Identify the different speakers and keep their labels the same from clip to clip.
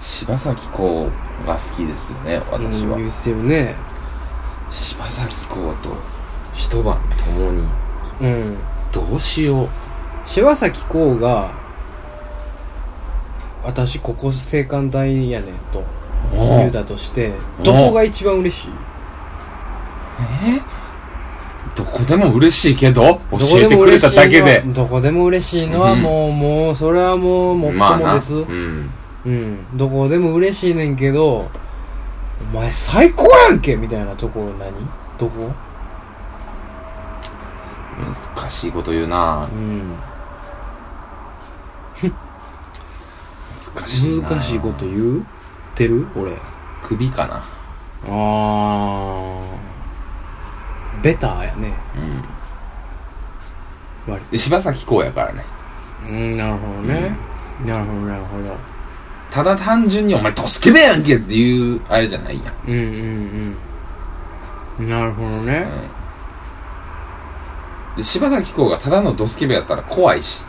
Speaker 1: 柴咲コウが好きですよね私は、
Speaker 2: うん言ってるね
Speaker 1: 柴咲コウと一晩共に
Speaker 2: うん
Speaker 1: どうしよう
Speaker 2: 柴咲コウが私ここ青函大やねんと
Speaker 1: おう
Speaker 2: 言うたとしてどこが一番嬉しい
Speaker 1: えどこでも嬉しいけど教
Speaker 2: どこ
Speaker 1: えて
Speaker 2: も
Speaker 1: くれ
Speaker 2: 嬉
Speaker 1: た
Speaker 2: しいのは
Speaker 1: だけで
Speaker 2: どこでも嬉しいのは
Speaker 1: うん
Speaker 2: もう、もうそれはもうもっ
Speaker 1: ま
Speaker 2: と
Speaker 1: あ
Speaker 2: も
Speaker 1: な
Speaker 2: です、
Speaker 1: うん
Speaker 2: うんどこでも嬉しいねんけどお前最高やんけみたいなところ何どこ
Speaker 1: 難しいこと言うな
Speaker 2: うん
Speaker 1: 難しいな
Speaker 2: 難しいこと言うてる俺
Speaker 1: 首かな
Speaker 2: あーベターやね
Speaker 1: うん
Speaker 2: 割と
Speaker 1: で柴咲コウやからね
Speaker 2: うんなるほどね、なるほどなるほど
Speaker 1: ただ単純に「お前ドスケベやんけ!」っていうあれじゃないやん、
Speaker 2: うんうんうんなるほど
Speaker 1: う
Speaker 2: ね
Speaker 1: ん、で柴咲コウがただのドスケベやったら怖いし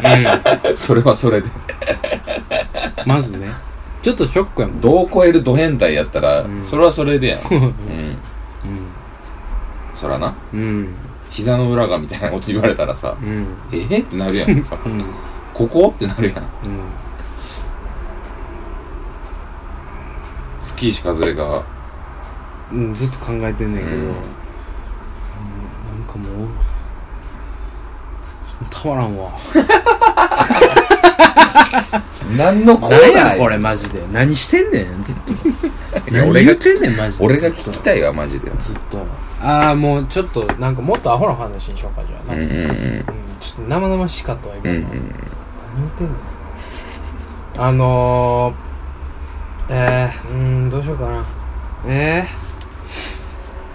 Speaker 1: それはそれで
Speaker 2: うんまずねちょっとショックやもん
Speaker 1: どう超えるド変態やったら、
Speaker 2: うん
Speaker 1: それはそれで やんうんそらな
Speaker 2: うんうん
Speaker 1: 膝の裏がみたいなこと言われたらさ
Speaker 2: うん
Speaker 1: えーってなるやん
Speaker 2: うんうん
Speaker 1: ここってなるやん岸和れが
Speaker 2: うんずっと考えてんねんけど、
Speaker 1: うん
Speaker 2: うんなんかもうたまらんわ
Speaker 1: 何の声
Speaker 2: 何
Speaker 1: や
Speaker 2: やこれマジで何してんねんずっと
Speaker 1: いや
Speaker 2: 何
Speaker 1: 俺が
Speaker 2: 言ってんねんマジで
Speaker 1: 俺が
Speaker 2: ずっと
Speaker 1: 聞きたいわマジで
Speaker 2: ずっとああもうちょっとなんかもっとアホな話にしようかじゃあ
Speaker 1: う
Speaker 2: なんん
Speaker 1: う
Speaker 2: か、
Speaker 1: んうん
Speaker 2: うんちょっと生々しかったわ
Speaker 1: う
Speaker 2: 今、
Speaker 1: んうん
Speaker 2: 何言ってんのあのー、えー、うーんどうしようかなえ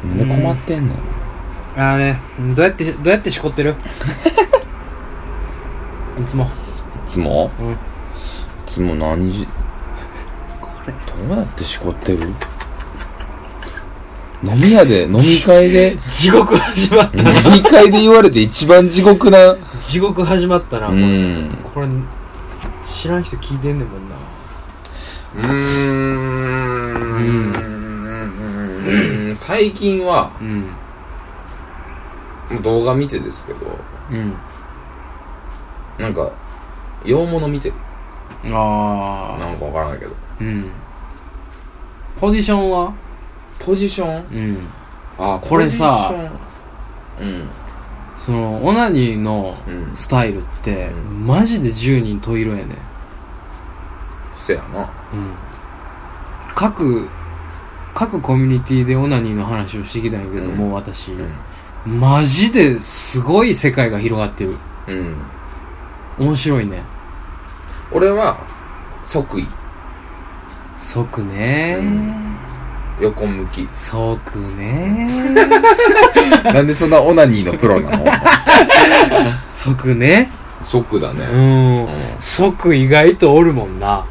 Speaker 1: なんで困ってんの
Speaker 2: ー、あれうんどうやってどうやってしこ ってるいつ
Speaker 1: い
Speaker 2: も
Speaker 1: つも
Speaker 2: うん
Speaker 1: いつも何時どうやってしこってる飲み屋で飲み会 で
Speaker 2: 地獄始まっ
Speaker 1: 飲み会で言われて一番地獄な
Speaker 2: た地獄始まったな、
Speaker 1: うん
Speaker 2: これ知らん人聞いてんねんもんな
Speaker 1: うーん最近は
Speaker 2: うん
Speaker 1: もう動画見てですけど
Speaker 2: うん
Speaker 1: なんか洋物見てる
Speaker 2: ああ
Speaker 1: なんかわからないけど
Speaker 2: うんポジションは
Speaker 1: ポジション
Speaker 2: うん
Speaker 1: あ
Speaker 2: これさ
Speaker 1: ポジション
Speaker 2: そのオナニーの
Speaker 1: うんうん
Speaker 2: スタイルって、
Speaker 1: う
Speaker 2: マジで10人十色やねん
Speaker 1: せやな
Speaker 2: 各各コミュニティでオナニーの話をしてきたんやけども、
Speaker 1: うん
Speaker 2: 私、
Speaker 1: う
Speaker 2: マジですごい世界が広がってる
Speaker 1: ん、うん、
Speaker 2: 面白いね
Speaker 1: 俺は即位
Speaker 2: 即ね
Speaker 1: 横向き
Speaker 2: 即ね
Speaker 1: なんでそんなオナニーのプロなの
Speaker 2: 即ね
Speaker 1: 即だ
Speaker 2: う
Speaker 1: ね、
Speaker 2: ん、
Speaker 1: うん、
Speaker 2: 即意外とおるもんな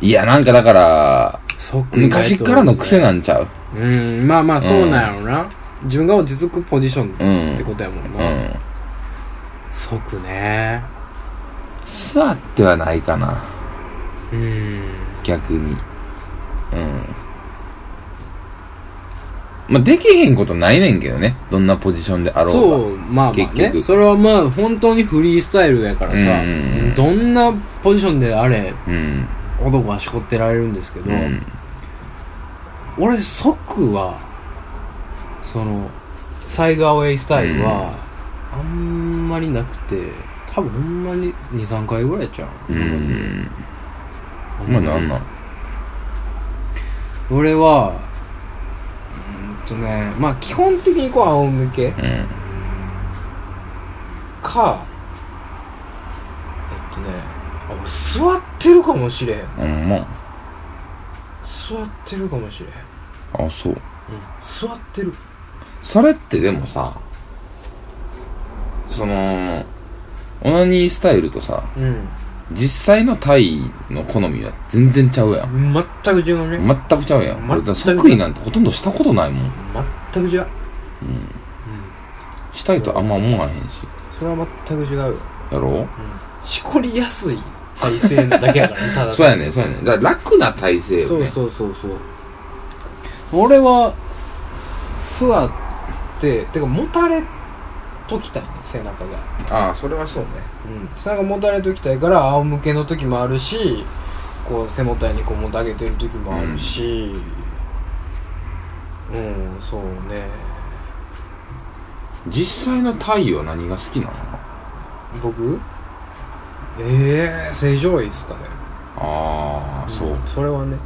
Speaker 2: い
Speaker 1: やなんかだから
Speaker 2: 即意外とおるね
Speaker 1: 昔っからの癖なんちゃう
Speaker 2: うんまあまあそうなんやろな、自分が落ち着くポジション
Speaker 1: う
Speaker 2: っ
Speaker 1: ん
Speaker 2: てことやもん
Speaker 1: う
Speaker 2: な、
Speaker 1: ん
Speaker 2: 即ね
Speaker 1: 座ってはないかな
Speaker 2: うん
Speaker 1: 逆にうんまあできへんことないねんけどねどんなポジションであろうが
Speaker 2: そうまあまあ
Speaker 1: 結
Speaker 2: ね
Speaker 1: 局
Speaker 2: それはまあ本当にフリースタイルやからさ、
Speaker 1: うんうんうん
Speaker 2: どんなポジションであれ
Speaker 1: うん
Speaker 2: 男はしこってられるんですけど、
Speaker 1: うん
Speaker 2: 俺即はそのサイドアウェイスタイルはあんまりなくて多分ほんまに23回ぐらいちゃう
Speaker 1: うんまあなんなん
Speaker 2: 俺はうーんとねまあ基本的にこう仰向け
Speaker 1: うん
Speaker 2: かえっとねあ俺座ってるかもしれん
Speaker 1: うんま
Speaker 2: 座ってるかもしれん、
Speaker 1: ああそう
Speaker 2: 座ってる
Speaker 1: それってでもさそのオナニースタイルとさ
Speaker 2: うん
Speaker 1: 実際のタイの好みは全然ちゃうやん
Speaker 2: 全く違うね
Speaker 1: 全くちゃうやん俺だから
Speaker 2: 全く
Speaker 1: 即位なんてほとんどしたことないもん
Speaker 2: 全く違う
Speaker 1: うん
Speaker 2: うん
Speaker 1: したいとあんま思わへんし
Speaker 2: それは全く違うよ
Speaker 1: やろ
Speaker 2: しこりやすい体勢だけやからねただ
Speaker 1: そうやねんそうやねんだから楽な体勢よね
Speaker 2: そうそうそうそう俺は座っててかもたれときたいね背中が
Speaker 1: ああそれはそうね
Speaker 2: うん背中もたれときたいから仰向けの時もあるしこう背もたれにこうもたげてる時もあるしうん、そうね
Speaker 1: 実際のタイは何が好きなの
Speaker 2: 僕ええー、正常位ですかね
Speaker 1: ああそう、
Speaker 2: んそれはね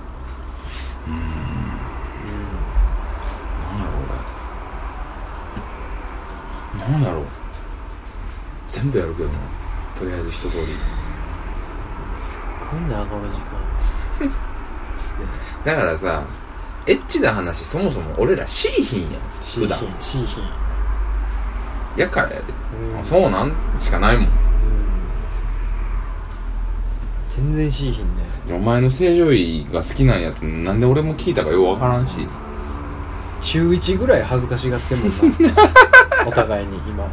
Speaker 1: なんやろ俺なんやろ全部やるけどなとりあえず一通り
Speaker 2: すごいなこの時間
Speaker 1: だからさエッチな話そもそも俺らしいひんやん普段
Speaker 2: C 品
Speaker 1: やからやで、
Speaker 2: うん
Speaker 1: あそうなんしかないもん
Speaker 2: 全然 C 品ね
Speaker 1: お前の正常位が好きなんやってなんで俺も聞いたかようわからんし
Speaker 2: 中1ぐらい恥ずかしがってんもん なお互いに今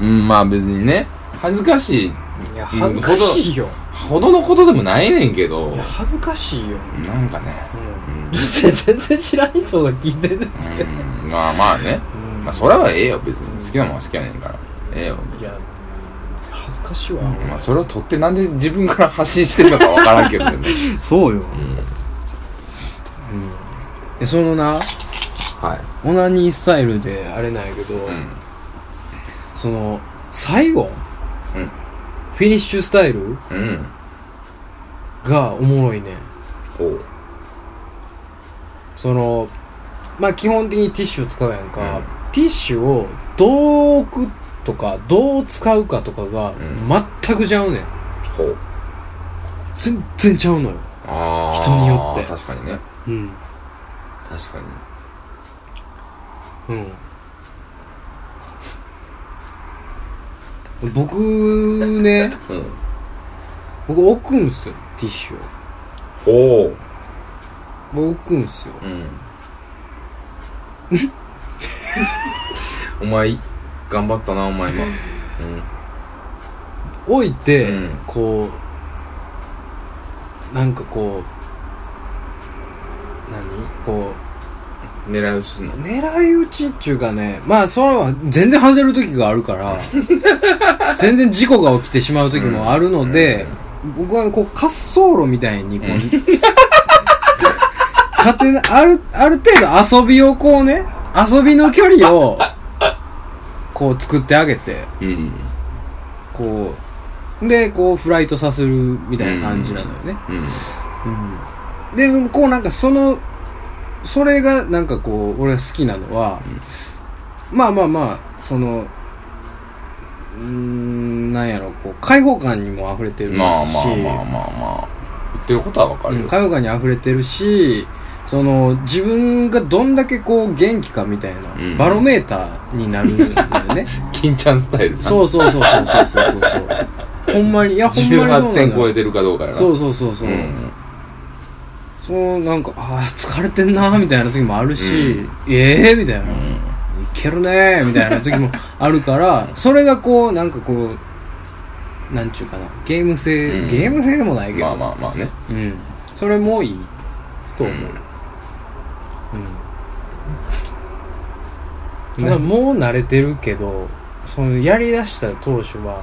Speaker 1: うんまあ別にね恥ずかしい
Speaker 2: いや
Speaker 1: うん
Speaker 2: 恥ずかしいよ
Speaker 1: ほどのことでもないねんけど
Speaker 2: いや恥ずかしいよ、
Speaker 1: なんかね
Speaker 2: うん
Speaker 1: ん
Speaker 2: 全然知らん人が聞いてね、
Speaker 1: うんまあまあね、
Speaker 2: うん
Speaker 1: まあ、それはええよ別に好きなもんは好きやねんからええよ、
Speaker 2: いや恥ずかしいわ、
Speaker 1: まあ、それを取ってなんで自分から発信してるのかわからんけどね、
Speaker 2: そう
Speaker 1: う
Speaker 2: よ、
Speaker 1: ん、
Speaker 2: えそのな
Speaker 1: はい
Speaker 2: オナニースタイルであれなんやけど、
Speaker 1: う
Speaker 2: その最後、
Speaker 1: うん
Speaker 2: フィニッシュスタイル
Speaker 1: んうん
Speaker 2: がおもろいねん
Speaker 1: ほう
Speaker 2: そのまあ基本的にティッシュを使うやんか、
Speaker 1: うん
Speaker 2: ティッシュをどう置くとかどう使うかとかが
Speaker 1: ん
Speaker 2: 全くちゃうねん
Speaker 1: ほう
Speaker 2: 全然ちゃうのよ
Speaker 1: ああ
Speaker 2: 人によって
Speaker 1: 確かにね
Speaker 2: うん
Speaker 1: 確かに
Speaker 2: うん僕ね
Speaker 1: うん
Speaker 2: 僕置くんすよティッシュを
Speaker 1: ほ
Speaker 2: 僕置くんすよ
Speaker 1: ううんお前頑張ったなお前今
Speaker 2: 置いて、
Speaker 1: うん
Speaker 2: こうなんかこう何こう
Speaker 1: うん狙い撃つの
Speaker 2: 狙い撃ちっちゅうかねまあそれは全然外れる時があるから 全然事故が起きてしまう時もあるので、僕はこう滑走路みたいにこう、
Speaker 1: うん
Speaker 2: 勝手なあるある程度遊びをこうね遊びの距離をこう作ってあげて
Speaker 1: うん
Speaker 2: こうでこうフライトさせるみたいな感じなのよね、
Speaker 1: うん
Speaker 2: でこうなんかそのそれがなんかこう俺が好きなのは、まあまあまあそのうーんなんやろこう開放感にも溢れてるし、
Speaker 1: まあまあまあまあまあ言ってることはわかる
Speaker 2: うん
Speaker 1: よ
Speaker 2: 開放感に溢れてるしその自分がどんだけこう元気かみたいな、
Speaker 1: うん
Speaker 2: バロメーターになるんだよ ね
Speaker 1: 金ちゃんスタイルな
Speaker 2: そうそうそうそうそうそうそうほんまにいやほんまにそうなん
Speaker 1: 18
Speaker 2: だ
Speaker 1: 点超
Speaker 2: よ
Speaker 1: えてるかどうかやな
Speaker 2: そううそうそうそう、
Speaker 1: ん
Speaker 2: そうなんかあー疲れてんなーみたいな時もあるし、
Speaker 1: うん
Speaker 2: ええー、みたいな、
Speaker 1: う
Speaker 2: い
Speaker 1: ん
Speaker 2: けるねーみたいな時もあるからそれがこうなんかこうなんちゅうかなゲーム性、
Speaker 1: うん
Speaker 2: ゲーム性でもないけど、
Speaker 1: まあまあまあね
Speaker 2: うん、それもいいと思う、うんただもう慣れてるけどそのやりだした当初は、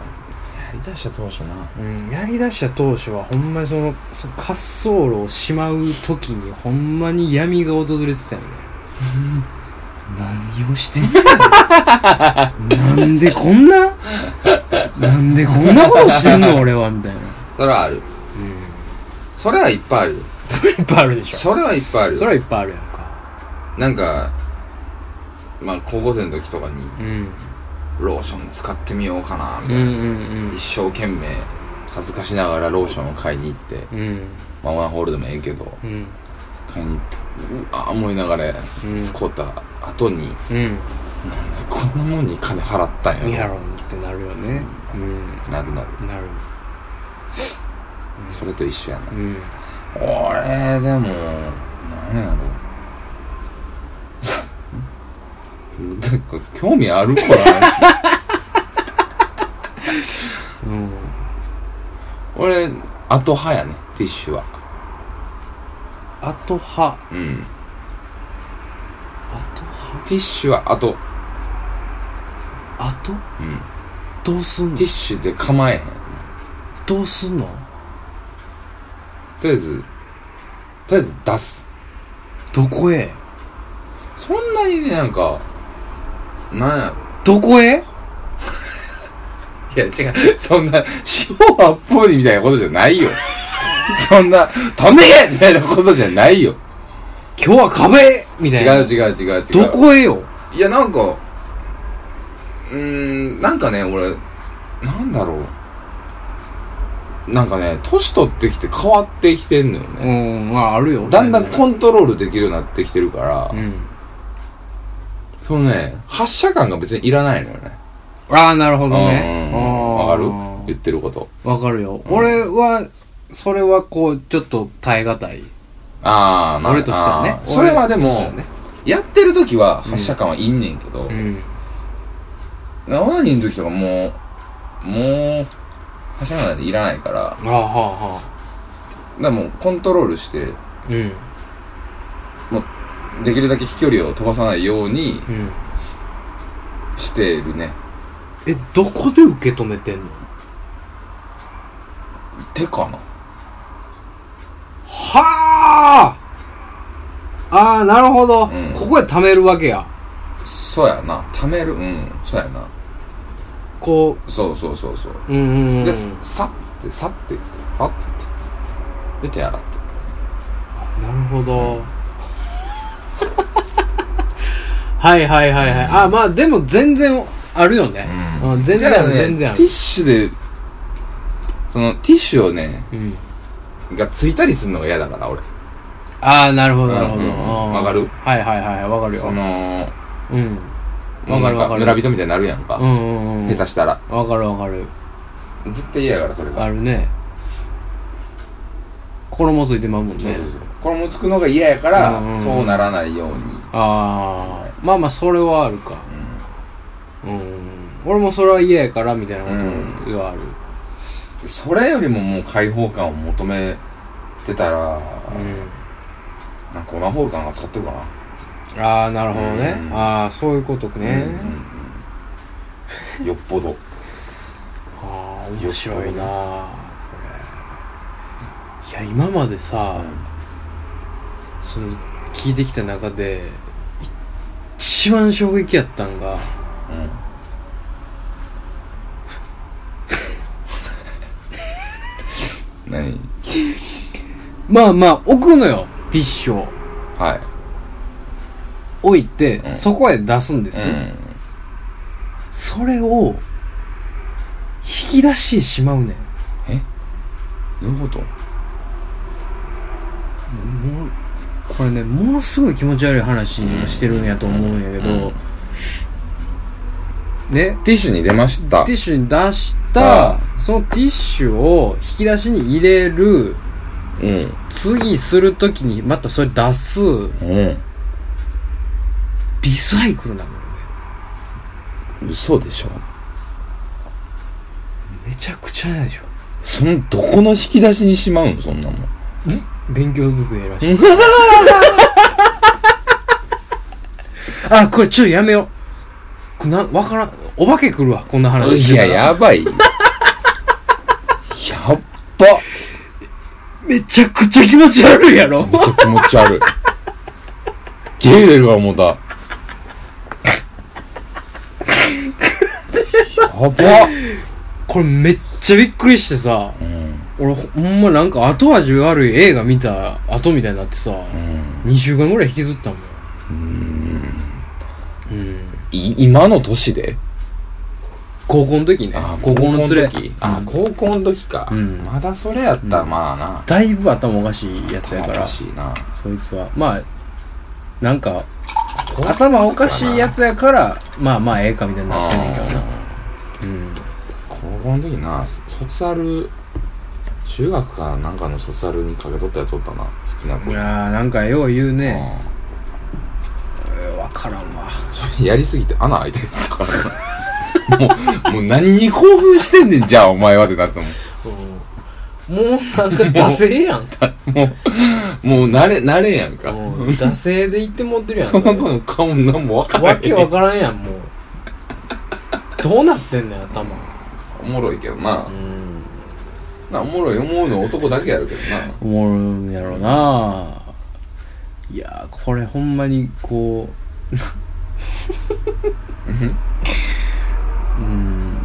Speaker 1: やりだした当初な
Speaker 2: うん、やりだした当初はほんまにそのその滑走路をしまう時にほんまに闇が訪れてたよね 何をしてんのなんでこん ななんでこんなことしてんの俺はみたいな、
Speaker 1: それはあるそれはいっぱいあるよ
Speaker 2: それいっぱいあるでしょ
Speaker 1: それはいっぱいある
Speaker 2: それはい
Speaker 1: よ
Speaker 2: っぱいあるやんか
Speaker 1: なんかまあ高校生の時とかに
Speaker 2: うん
Speaker 1: ローション使ってみようかなみ
Speaker 2: う
Speaker 1: たいな、
Speaker 2: んうん
Speaker 1: 一生懸命恥ずかしながらローションを買いに行って
Speaker 2: うんうん
Speaker 1: まあワンホールでもええけど
Speaker 2: うん
Speaker 1: 買いに行ってうわー思いながら
Speaker 2: うん
Speaker 1: 使った後に、
Speaker 2: う
Speaker 1: こんなもんに金払ったんやろ
Speaker 2: んいやろってなるよねうん
Speaker 1: なるなる
Speaker 2: なる
Speaker 1: それと一緒やな
Speaker 2: うん
Speaker 1: 俺でもなんや ろなんか興味ある子ら
Speaker 2: うん
Speaker 1: 俺後派やねティッシュは
Speaker 2: あと派
Speaker 1: うん
Speaker 2: あと派
Speaker 1: ティッシュは後
Speaker 2: あと
Speaker 1: うん
Speaker 2: どうすんの
Speaker 1: ティッシュで構えへん
Speaker 2: どうすんの
Speaker 1: とりあえずとりあえず出す
Speaker 2: どこへ
Speaker 1: そんなにねなんかなんや
Speaker 2: どこへ
Speaker 1: いや違うそんな四方八方にみたいなことじゃない よそんな飛んでけみたいなことじゃないよ
Speaker 2: 今日は壁へみたいな
Speaker 1: 違う違う違う違う
Speaker 2: どこへよ
Speaker 1: いやなんかうーんなんかね俺なんだろうなんかね年取ってきて変わってきてんのよ
Speaker 2: う
Speaker 1: ね、
Speaker 2: んまああるよ
Speaker 1: だんだんコントロールできるようになってきてるから、
Speaker 2: うん
Speaker 1: そのね発射感が別にいらないのよね
Speaker 2: ああなるほ
Speaker 1: う
Speaker 2: どね
Speaker 1: んわかる言
Speaker 2: る
Speaker 1: ってること
Speaker 2: わかるよ、
Speaker 1: うん
Speaker 2: 俺はそれはこうちょっと耐え難い
Speaker 1: ああ
Speaker 2: 俺としてはね
Speaker 1: それはで
Speaker 2: 俺
Speaker 1: も、
Speaker 2: として
Speaker 1: やってる時は発射感はいんねんけど、
Speaker 2: はねうん
Speaker 1: オナニーの時とかもうもう発射感なんていらないからだか
Speaker 2: ああはあはあ
Speaker 1: らもうコントロールして
Speaker 2: うん
Speaker 1: できるだけ飛距離を飛ばさないように
Speaker 2: うん
Speaker 1: してるね。
Speaker 2: えどこで受け止めてんの
Speaker 1: てかな。
Speaker 2: はあああなるほど、
Speaker 1: うん
Speaker 2: ここで貯めるわけや
Speaker 1: そうやな。貯める。うん。そうやな。
Speaker 2: こ
Speaker 1: そうそうそうそう。
Speaker 2: ううんうんうん
Speaker 1: で、ささっつって、さって言って、パっつって。で、手洗って。
Speaker 2: なるほど、 はいはいはいはい、あまあでも全然あるよね、
Speaker 1: うん
Speaker 2: うん、全然ある、
Speaker 1: だからね
Speaker 2: 全然あ
Speaker 1: ティッ
Speaker 2: る
Speaker 1: シュで、その、ティッシュをね、
Speaker 2: うん、
Speaker 1: がついたりするのが嫌だから、俺。
Speaker 2: ああなるほどなるほど、
Speaker 1: うんうんうん
Speaker 2: うん
Speaker 1: わかる
Speaker 2: はいはいはいはいわかるよ
Speaker 1: その、
Speaker 2: うんわか
Speaker 1: なん
Speaker 2: るわかる
Speaker 1: 村人みたいになるやんか。
Speaker 2: うんうんうん
Speaker 1: 下手したら。
Speaker 2: わかるわかる
Speaker 1: 絶対嫌やから、それ
Speaker 2: あ
Speaker 1: が。
Speaker 2: るね衣ついてまうもんね
Speaker 1: そうそうそう。これもつくのが嫌やから、
Speaker 2: うんうんうん
Speaker 1: そうならないように。
Speaker 2: ああまあまあそれはあるかうん、俺もそれは嫌やからみたいなことがある
Speaker 1: それよりももう開放感を求めてたら、
Speaker 2: うん
Speaker 1: なんかオナホールかなんか使ってるかな。
Speaker 2: ああなるほどね、
Speaker 1: うん
Speaker 2: ああそういうことね、
Speaker 1: うんよっぽど。
Speaker 2: ああ面白いなこれいや今までさ、その聞いてきた中で一番衝撃やったんが
Speaker 1: う ん。何
Speaker 2: まあまあ置くのよティッシュを
Speaker 1: はい。
Speaker 2: 置いて、
Speaker 1: うん
Speaker 2: そこへ出すんですよ、
Speaker 1: うん。
Speaker 2: それを引き出してしまうねん
Speaker 1: どういうこと
Speaker 2: もうこれねものすごい気持ち悪い話をしてるんやと思うんやけど、
Speaker 1: うん
Speaker 2: ね
Speaker 1: ティッシュに出ました。
Speaker 2: ティッシュに出し
Speaker 1: あ
Speaker 2: たそのティッシュを引き出しに入れる
Speaker 1: うん。
Speaker 2: 次するときにまたそれ出す
Speaker 1: うん。
Speaker 2: リサイクルなのよね
Speaker 1: 嘘でしょ。
Speaker 2: めちゃくちゃないでしょ
Speaker 1: その、どこの引き出しにしまうんそんなもん。
Speaker 2: 勉強机ら しいあこれちょっとやめようこれなわからんお化け来るわこんな話
Speaker 1: いや、やば い。やっば。
Speaker 2: めちゃくちゃ気持ち悪いや ろ
Speaker 1: めっちゃ気持ち悪い。ゲー出るわ、思った。やば。
Speaker 2: これめっちゃびっくりしてさ
Speaker 1: うん。
Speaker 2: 俺ほんまなんか後味悪い映画見た後みたいになってさ、
Speaker 1: うん。
Speaker 2: 2週間ぐらい引きずったもんうん
Speaker 1: い今の年で
Speaker 2: 高校の時ね高校の連れ
Speaker 1: 時あ、高校の時か。
Speaker 2: うん
Speaker 1: まだそれやったら、
Speaker 2: うん
Speaker 1: まあな。
Speaker 2: だいぶ頭おかしいやつやか
Speaker 1: お
Speaker 2: ら
Speaker 1: しいな。
Speaker 2: そいつはまあなんか頭おかしいやつやからまあまあええかみたいになってんねんけどなうん
Speaker 1: 高校の時な、卒アル、中学かなんかの卒アルにかけとったやつおったな。好きない子。
Speaker 2: やーなんかよう言うね
Speaker 1: うん
Speaker 2: 分からんわ
Speaker 1: それやりすぎて穴開いてる んですから。もう、もう何に興奮してんねんじゃあ、お前はってなってたもん。
Speaker 2: もうなんか惰性やん
Speaker 1: もう慣れ、慣れやんか。
Speaker 2: もう惰性で言って持ってるやん
Speaker 1: その子の顔なんもわから
Speaker 2: わ
Speaker 1: ん
Speaker 2: けわからんやんもうどうなってんねん頭
Speaker 1: おもろいけど
Speaker 2: う
Speaker 1: な。
Speaker 2: ん
Speaker 1: なおもろい思うの男だけやるけどな。
Speaker 2: おもろいんやろないやーこれほんまにこううん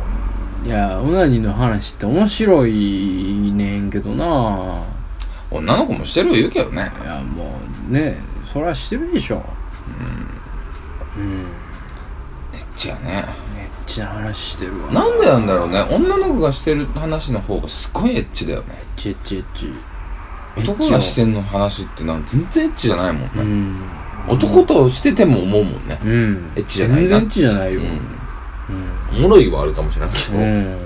Speaker 2: いやーオナニーの話って面白いねんけどな
Speaker 1: 女の子もしてる言うけどね。
Speaker 2: いやもうねそらしてるでしょうん
Speaker 1: エッチやね。
Speaker 2: エッチな話してるわ
Speaker 1: なんでなんだろうね。女の子がしてる話の方がすごいエッチだよね。
Speaker 2: エッチエッチエッチ
Speaker 1: 男がして
Speaker 2: る
Speaker 1: んの話ってなんか全然エッチじゃないもんね。
Speaker 2: うん
Speaker 1: 男としてても思うもんね。
Speaker 2: うん
Speaker 1: エッチじゃないな
Speaker 2: 全然エッチじゃないうよ
Speaker 1: ん。
Speaker 2: うん
Speaker 1: おもろいはあるかもしれんけど。
Speaker 2: うん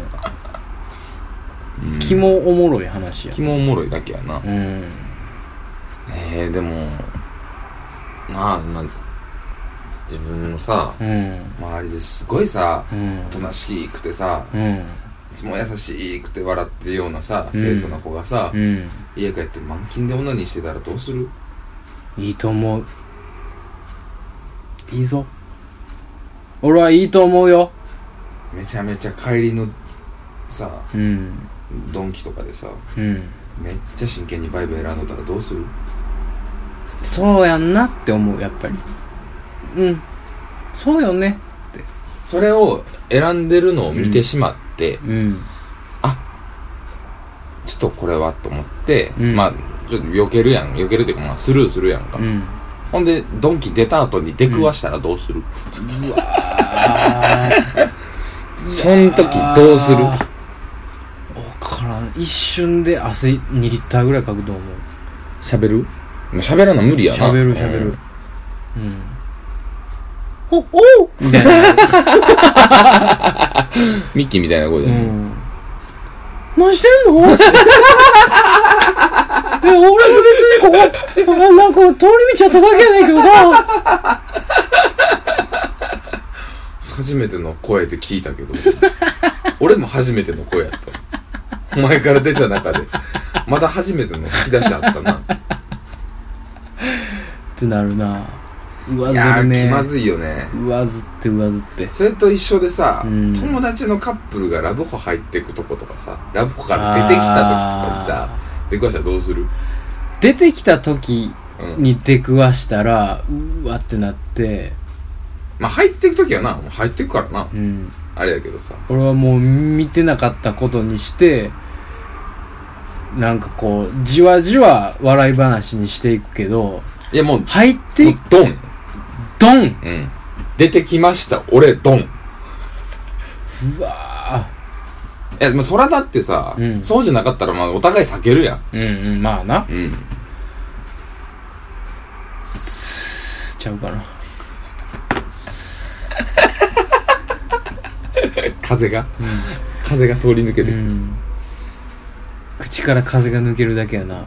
Speaker 1: うん
Speaker 2: 気。もおもろい話や
Speaker 1: 気もおもろいだけやな
Speaker 2: う。ん
Speaker 1: えー、でも、まあ、まあ、自分のさ、
Speaker 2: うん
Speaker 1: 周りですごいさ、
Speaker 2: うん
Speaker 1: おとなしくてさ、
Speaker 2: うん
Speaker 1: いつも優しくて笑ってるようなさ、
Speaker 2: うん
Speaker 1: 清楚な子がさ、
Speaker 2: うん
Speaker 1: 家帰って満勤で女にしてたらどうする
Speaker 2: いいと思ういいぞ俺はいいと思うよ
Speaker 1: めちゃめちゃ帰りのさ、
Speaker 2: うん
Speaker 1: ドンキとかでさ、
Speaker 2: うん
Speaker 1: めっちゃ真剣にバイブ選んだらどうする
Speaker 2: そうやんなって思うやっぱりうんそうよね
Speaker 1: それを選んでるのを見てしまって、
Speaker 2: うん
Speaker 1: ちょっとこれはと思って、
Speaker 2: うん
Speaker 1: まあ、ちょっと避けるやん。避けるっていうか、まあ、スルーするやんか。
Speaker 2: うん
Speaker 1: ほんで、ドンキ出た後に出くわしたらどうする、 そん時どうする
Speaker 2: あーわからん一瞬で汗2リッターぐらいかくと思う
Speaker 1: 喋る喋らな無理やな。
Speaker 2: 喋る喋るうんおおみたいな
Speaker 1: うんミッキーみたいな声で、
Speaker 2: うん何してんの え俺も別にここあなんか通り道やっただけやねんけどさ
Speaker 1: 初めての声って聞いたけど、 俺も初めての声やった。お前から出た中で、まだ初めての引き出しあったな。
Speaker 2: ってなるな上
Speaker 1: い
Speaker 2: ず
Speaker 1: や
Speaker 2: る
Speaker 1: ー、気
Speaker 2: ね
Speaker 1: まずいよね。
Speaker 2: 上ずって上ずって
Speaker 1: それと一緒でさ、
Speaker 2: うん
Speaker 1: 友達のカップルがラブホ入ってくとことかさ、ラブホから出てきた時とかにさ、出くわしたらどうする
Speaker 2: 出てきた時
Speaker 1: うん。
Speaker 2: に出くわしたらうわってなって
Speaker 1: まあ入ってく時はな、もう入ってくからな。
Speaker 2: うん
Speaker 1: あれやけどさ。
Speaker 2: 俺はもう見てなかったことにしてなんかこうじわじわ笑い話にしていくけど
Speaker 1: いやもう、
Speaker 2: 入って
Speaker 1: もうドン。
Speaker 2: ドン
Speaker 1: うん。出てきました、俺、ドン。
Speaker 2: うわ
Speaker 1: いや、まあ、そらだってさ、
Speaker 2: うん
Speaker 1: そうじゃなかったら、まあ、お互い避けるやん。
Speaker 2: ーうんうんまあな
Speaker 1: うん。
Speaker 2: すちゃうかな
Speaker 1: 風が
Speaker 2: うん、
Speaker 1: 風が通り抜けてく
Speaker 2: 口から風が抜けるだけやな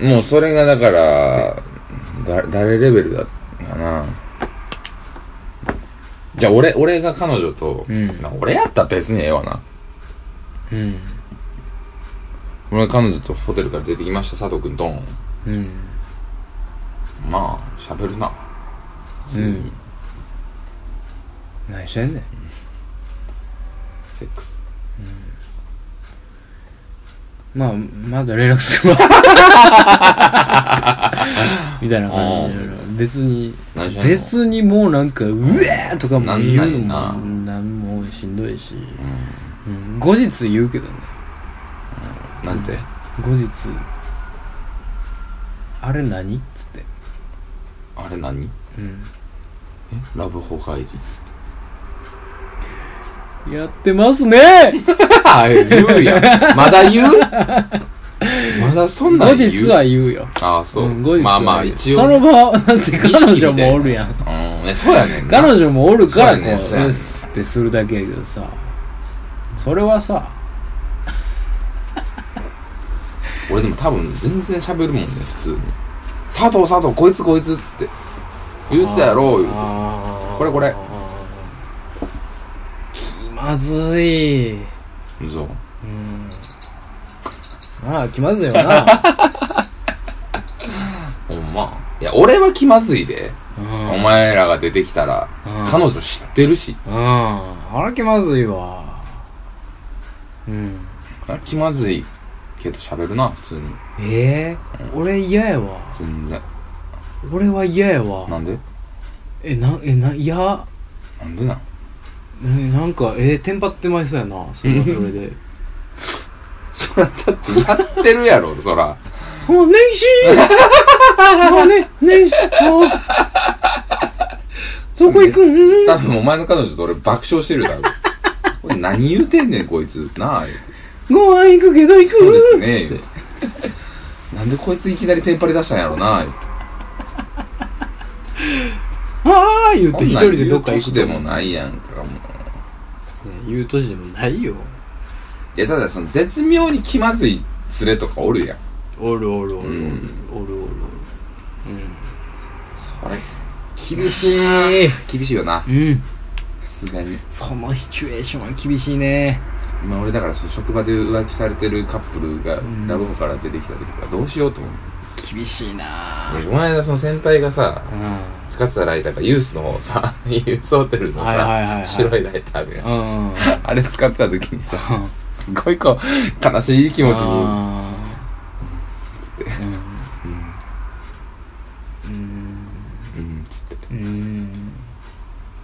Speaker 1: もうそれがだから、だ、誰レベルだかな。じゃあ、俺、俺が彼女と、
Speaker 2: うん
Speaker 1: な俺やったら別にええわな。
Speaker 2: うん
Speaker 1: 俺が彼女とホテルから出てきました、佐藤くん、ドン。
Speaker 2: うん
Speaker 1: まあ、喋るな。
Speaker 2: う。ん何してんねん
Speaker 1: セックス。
Speaker 2: まあまだ連絡す るわみたいな感じ
Speaker 1: あ
Speaker 2: で別に
Speaker 1: 何してんの
Speaker 2: 別にもうなんか「うえー!」とかも言うのも
Speaker 1: なんないよ
Speaker 2: なんもしんどいし、
Speaker 1: うん。
Speaker 2: うん、後日言うけどね
Speaker 1: なんて
Speaker 2: 後日あれ何っつって
Speaker 1: あれ何
Speaker 2: うん
Speaker 1: ラブホ 会議。
Speaker 2: やってますね
Speaker 1: あ言うやん。まだ言うまだそんな
Speaker 2: 後
Speaker 1: ん言う
Speaker 2: 日は言うよ
Speaker 1: ああ、そう。
Speaker 2: ん後日は言う
Speaker 1: まあまあ、一応。
Speaker 2: その場をなんて彼
Speaker 1: 意識
Speaker 2: 女
Speaker 1: みたい
Speaker 2: も
Speaker 1: な
Speaker 2: おるやん
Speaker 1: うん、えそうやねんな。
Speaker 2: 彼女もおるからこう
Speaker 1: そうやねそうや
Speaker 2: う
Speaker 1: ね
Speaker 2: っすってするだけやけどさそれはさ
Speaker 1: 俺でも多分全然喋るもんね、普通に。佐藤佐藤、こいつこいつっつって。言うてたやろ、言うてこれこれ
Speaker 2: 気まずい
Speaker 1: そう。
Speaker 2: うんああ気まずいよな、
Speaker 1: ほんま。いや、俺は気まずいで。
Speaker 2: うん
Speaker 1: お前らが出てきたら、
Speaker 2: うん
Speaker 1: 彼女知ってるし。
Speaker 2: うんあら気まずいわうん
Speaker 1: 気まずいけど喋るな、普通に。
Speaker 2: ええ俺嫌やわ
Speaker 1: 全然。
Speaker 2: 俺は嫌やわ
Speaker 1: なんで
Speaker 2: えなえないや
Speaker 1: なんでなん
Speaker 2: えなんかえー、テンパってまいそうやなそれはそれで
Speaker 1: そら、だってやってるやろ、そら。
Speaker 2: あねいしあねねいしあどこ行くん
Speaker 1: 多分お前の彼女と俺爆笑してる だろ。これ何言うてんねん、こいつ。なあ、言う て
Speaker 2: ご飯行くけど行く
Speaker 1: そうですね、
Speaker 2: つ
Speaker 1: 言
Speaker 2: っ
Speaker 1: う
Speaker 2: て
Speaker 1: てなんでこいついきなりテンパり出したんやろな、言うて
Speaker 2: ああ言って一人でどっか行
Speaker 1: そ
Speaker 2: く
Speaker 1: んなん言う年で
Speaker 2: と
Speaker 1: も
Speaker 2: ね
Speaker 1: ないやんか、もう。
Speaker 2: 言う年でもないよ
Speaker 1: いや、ただその絶妙に気まずい連れとかおるやん。
Speaker 2: おるおるおるおる
Speaker 1: うん
Speaker 2: おるおるおるうん
Speaker 1: それ、
Speaker 2: 厳しい
Speaker 1: 厳しいよな。
Speaker 2: うん
Speaker 1: さすがに。
Speaker 2: そのシチュエーションは厳しいね
Speaker 1: 今俺だからその職場で浮気されてるカップルが
Speaker 2: ん
Speaker 1: ラブホから出てきた時とかどうしようと思う。
Speaker 2: 厳しいな
Speaker 1: でこの間その先輩がさ、
Speaker 2: うん
Speaker 1: 使ってたライターがユースのさ、 ユースホテルの
Speaker 2: はいはいはいは
Speaker 1: さ
Speaker 2: い、
Speaker 1: 白いライターで
Speaker 2: う。んうん
Speaker 1: あれ使ってた時にさ、すごいこう、悲しい気持ちに、
Speaker 2: あ
Speaker 1: つって。
Speaker 2: ー
Speaker 1: うん、
Speaker 2: うん
Speaker 1: うん、つって。
Speaker 2: うんうん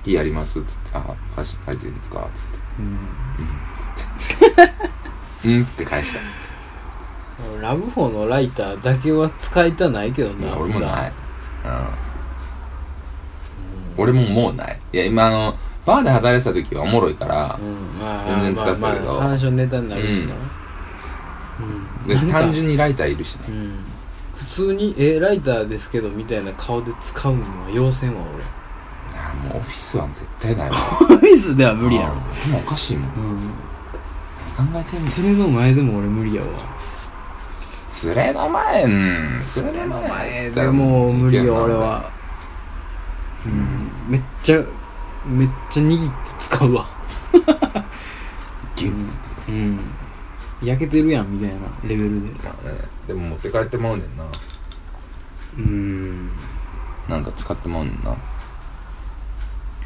Speaker 1: 火やりますつって。あ、返し、返していいですかつっ
Speaker 2: うん
Speaker 1: て。うん、つって返した。
Speaker 2: ラブホのライターだけは使いたないけど
Speaker 1: い
Speaker 2: な
Speaker 1: や俺もない、うん、俺
Speaker 2: 俺
Speaker 1: ももうないいや今あのバーで働いてた時はおもろいから
Speaker 2: う、んまあ
Speaker 1: 全然使ってたけど
Speaker 2: まあまあ話のネタになるしな
Speaker 1: で
Speaker 2: うん
Speaker 1: 単
Speaker 2: に
Speaker 1: 純にライターいるしね
Speaker 2: うん普通に「えライターですけど」みたいな顔で使うのは要せんわ
Speaker 1: あもうオフィスは絶対ないわ
Speaker 2: 俺オフィスでは 無理やろ
Speaker 1: ろ今おかしいもん
Speaker 2: うん
Speaker 1: 何考えてんの
Speaker 2: それの前でも俺無理やわ
Speaker 1: 連れの前うん連れの前
Speaker 2: でも無理よ俺はうんめっちゃめっちゃ握って使うわ
Speaker 1: ギュッて
Speaker 2: うん焼けてるやんみたいなレベルで
Speaker 1: まあねでも持って帰ってまうねんな
Speaker 2: うん
Speaker 1: なんか使ってまうねんな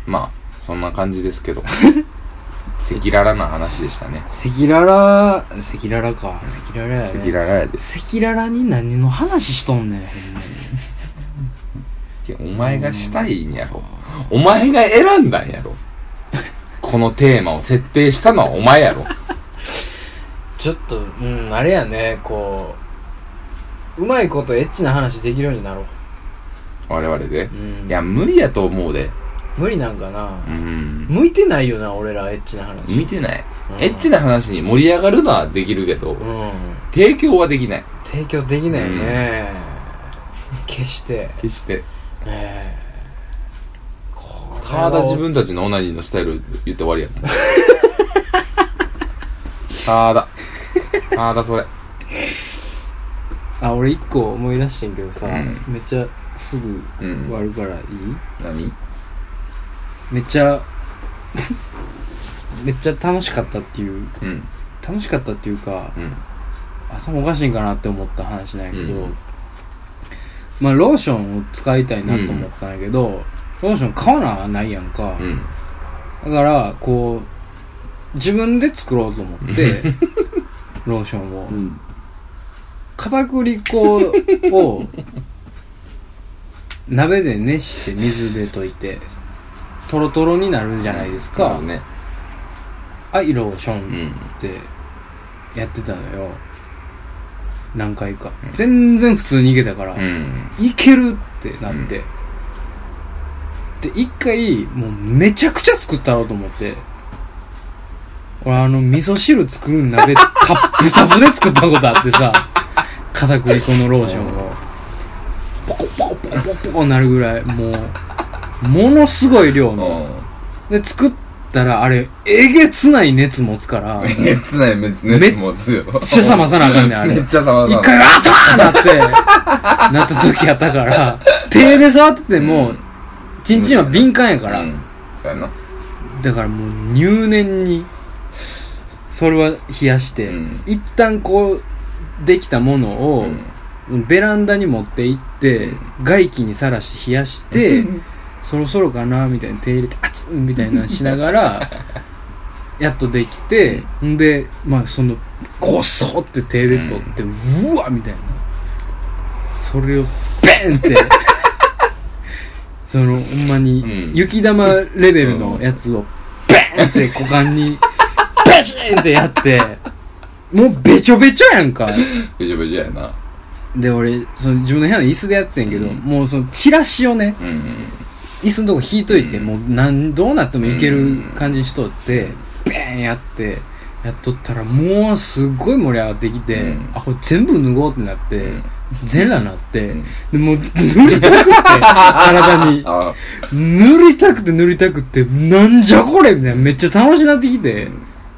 Speaker 1: まあそんな感じです けど赤裸々な話でしたね
Speaker 2: 赤裸々赤裸々か赤裸々やね
Speaker 1: 赤裸々やで
Speaker 2: 赤裸々に何の話しとんねんほんまに
Speaker 1: いやお前がしたいんやろ。お前が選んだんやろ。このテーマを設定したのはお前やろ。
Speaker 2: ちょっとうんあれやねこううまいことエッチな話できるようになろう、
Speaker 1: 我々で
Speaker 2: う。ん、
Speaker 1: いや、無理やと思うで。
Speaker 2: 無理なんかな
Speaker 1: うん。
Speaker 2: 向いてないよな俺らエッチな話
Speaker 1: 見てない
Speaker 2: うん。
Speaker 1: エッチな話に盛り上がるのはできるけど
Speaker 2: う、ん
Speaker 1: 提供はできない。
Speaker 2: 提供できないよね、決して
Speaker 1: 決して。
Speaker 2: ええこれは
Speaker 1: ただ自分たちのオナニーのスタイル言って終わりやもん。ただ。ただそれ。
Speaker 2: あ俺一個思い出してんけどさ、
Speaker 1: うん
Speaker 2: めっちゃすぐ
Speaker 1: うん
Speaker 2: 終わるからいい、
Speaker 1: 何
Speaker 2: めっちゃ めっちゃ楽しかったっていう
Speaker 1: うん。
Speaker 2: 楽しかったっていうか
Speaker 1: うん。
Speaker 2: あそもおかしいんかなって思った話なんやけど、
Speaker 1: うん
Speaker 2: まあローションを使いたいなと思ったんやけど、ローション買わなないやんか、
Speaker 1: うん。
Speaker 2: だからこう自分で作ろうと思ってローションを
Speaker 1: うん。
Speaker 2: 片栗粉を鍋で熱して水で溶いてトロトロになるんじゃないですか、
Speaker 1: ね。
Speaker 2: はいローショ
Speaker 1: う
Speaker 2: ン
Speaker 1: ん。
Speaker 2: ってやってたのよ何回か、全然普通にいけたから、
Speaker 1: うん。
Speaker 2: いけるってなって、で一回もうめちゃくちゃ作ったろうと思って俺あの味噌汁作る鍋タップタップで作ったことあってさ片栗粉のローションをポコポコポコポコポコなるぐらいもうものすごい量
Speaker 1: う
Speaker 2: の
Speaker 1: ん。
Speaker 2: で作ったらあれえげつない熱持つか らめっ
Speaker 1: めっちゃない、めっちゃ熱持つよ。めっ
Speaker 2: ちゃ冷まさなあかんねんあれ
Speaker 1: めっちゃ冷まさなあ
Speaker 2: 一
Speaker 1: かん
Speaker 2: 回、あたーなって、なった時やったから、手で触ってても
Speaker 1: うん、
Speaker 2: チンチンは敏感やから、
Speaker 1: うん。そうやな。
Speaker 2: だからもう入念に、それは冷やして、
Speaker 1: うん
Speaker 2: 一旦こう、できたもの
Speaker 1: う
Speaker 2: を、
Speaker 1: ん
Speaker 2: ベランダに持って行って、外気にさらして冷やして、そろそろかなみたいな手入れて熱っみたいなのしなが らやっとできて、ん、でまあそのゴソって手入れ取って、うわみたいなそれをベンって そのほんまに
Speaker 1: うん
Speaker 2: 雪玉レベルのやつをベンって股間にベチンってやってもうべちょべちょやんか
Speaker 1: べちゃべちゃやな
Speaker 2: で俺その自分の部屋の椅子でやってたんやけど、
Speaker 1: うん
Speaker 2: もうそのチラシをね
Speaker 1: うんうん
Speaker 2: 椅子のとこ引いといて、
Speaker 1: うん
Speaker 2: もうなんどうなってもいける感じにしとって、ベーンやってやっとったらもうすっごい盛り上がってきて、
Speaker 1: うん
Speaker 2: あこれ全部脱ごうってなって、
Speaker 1: うん
Speaker 2: 全裸になって、
Speaker 1: うん
Speaker 2: でもう塗りたくって体 に
Speaker 1: あ
Speaker 2: 塗りたくて塗りたくってなんじゃこれみたいなめっちゃ楽しくなってきて、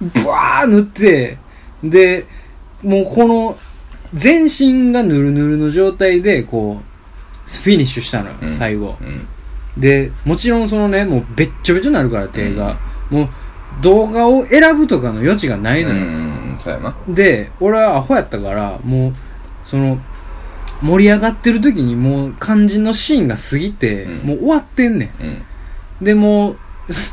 Speaker 2: ブワー塗ってでもうこの全身がぬるぬるの状態でこうフィニッシュしたのよ、
Speaker 1: うん
Speaker 2: 最後、
Speaker 1: うん
Speaker 2: でもちろんそのねもうべっちょべちょになるから手が、もう動画を選ぶとかの余地がな
Speaker 1: う
Speaker 2: い
Speaker 1: んう
Speaker 2: のよ、
Speaker 1: んそうやな
Speaker 2: で俺はアホやったからもうその盛り上がってる時にもう肝心のシーンが過ぎて、
Speaker 1: うん
Speaker 2: もう終わってんね
Speaker 1: うん
Speaker 2: んでもう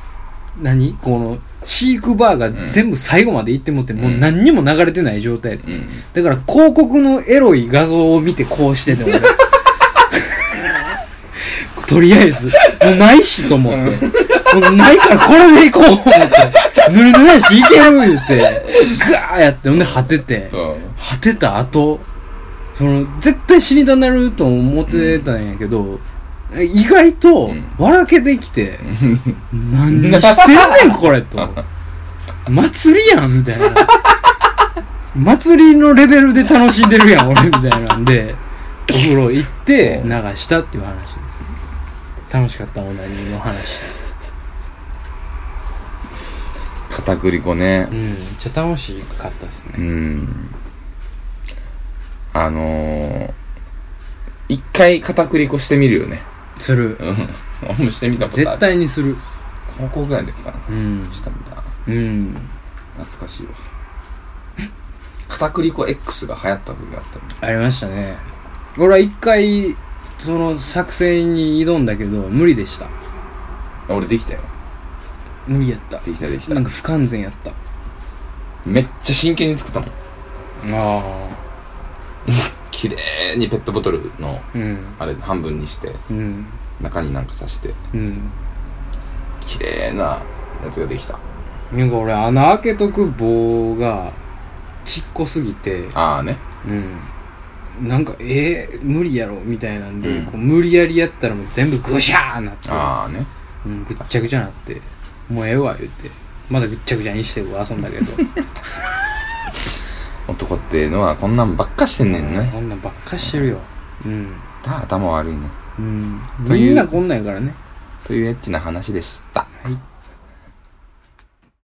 Speaker 2: 何この飼育バーが全部最後まで行ってもって、もう何にも流れてない状態で
Speaker 1: うん
Speaker 2: だから広告のエロい画像を見てこうしてて俺とりあえずもうないしと思って、もうないからこれでいこう思ってぬるぬるやしいける言うてガーやってほんで果てて
Speaker 1: そう
Speaker 2: 果てた後その絶対死にたなると思ってたんやけど、意外と
Speaker 1: うん
Speaker 2: 笑けてき て、何してんねんこれと祭りやんみたいな祭りのレベルで楽しんでるやん俺みたいなんでお風呂行って
Speaker 1: う
Speaker 2: 流
Speaker 1: ん
Speaker 2: したっていう話です楽しかったオナニーの話
Speaker 1: 片栗粉ね
Speaker 2: うんめっちゃ楽しかったです
Speaker 1: う
Speaker 2: ね
Speaker 1: んあのー、一回片栗粉してみるよね
Speaker 2: する
Speaker 1: うん俺もしてみたことあ
Speaker 2: 絶
Speaker 1: る
Speaker 2: 対にする
Speaker 1: 高校ぐらいの時かな
Speaker 2: うん
Speaker 1: したんだ
Speaker 2: うん
Speaker 1: 懐かしいわ片栗粉 X が流行った時があったの
Speaker 2: ありましたね俺は一回その作戦に挑んだけど無理でした
Speaker 1: あ俺できたよ
Speaker 2: 無理やった
Speaker 1: できたできた
Speaker 2: なんか不完全やったあ
Speaker 1: めっちゃ真剣に作ったもん
Speaker 2: あ
Speaker 1: 綺麗にペットボトルの
Speaker 2: うん
Speaker 1: あれ半分にして
Speaker 2: うん
Speaker 1: 中になんか刺して
Speaker 2: うん
Speaker 1: 綺麗なやつができた
Speaker 2: なんか俺穴開けとく棒がちっこすぎて
Speaker 1: ああね
Speaker 2: うんなんかえー、無理やろみたいなんで、
Speaker 1: うん
Speaker 2: こう無理やりやったらもう全部ぐしゃーなって
Speaker 1: ああね
Speaker 2: うん、ぐっちゃぐちゃなってもうええわ言ってまだぐっちゃぐちゃにして遊んだけど
Speaker 1: 男っていうのはこんなんばっかしてんねんね
Speaker 2: こんなんばっかしてるようん、
Speaker 1: だ頭悪いね
Speaker 2: うん、
Speaker 1: という
Speaker 2: みんなこんなんやからね
Speaker 1: というエッチな話でした
Speaker 2: はい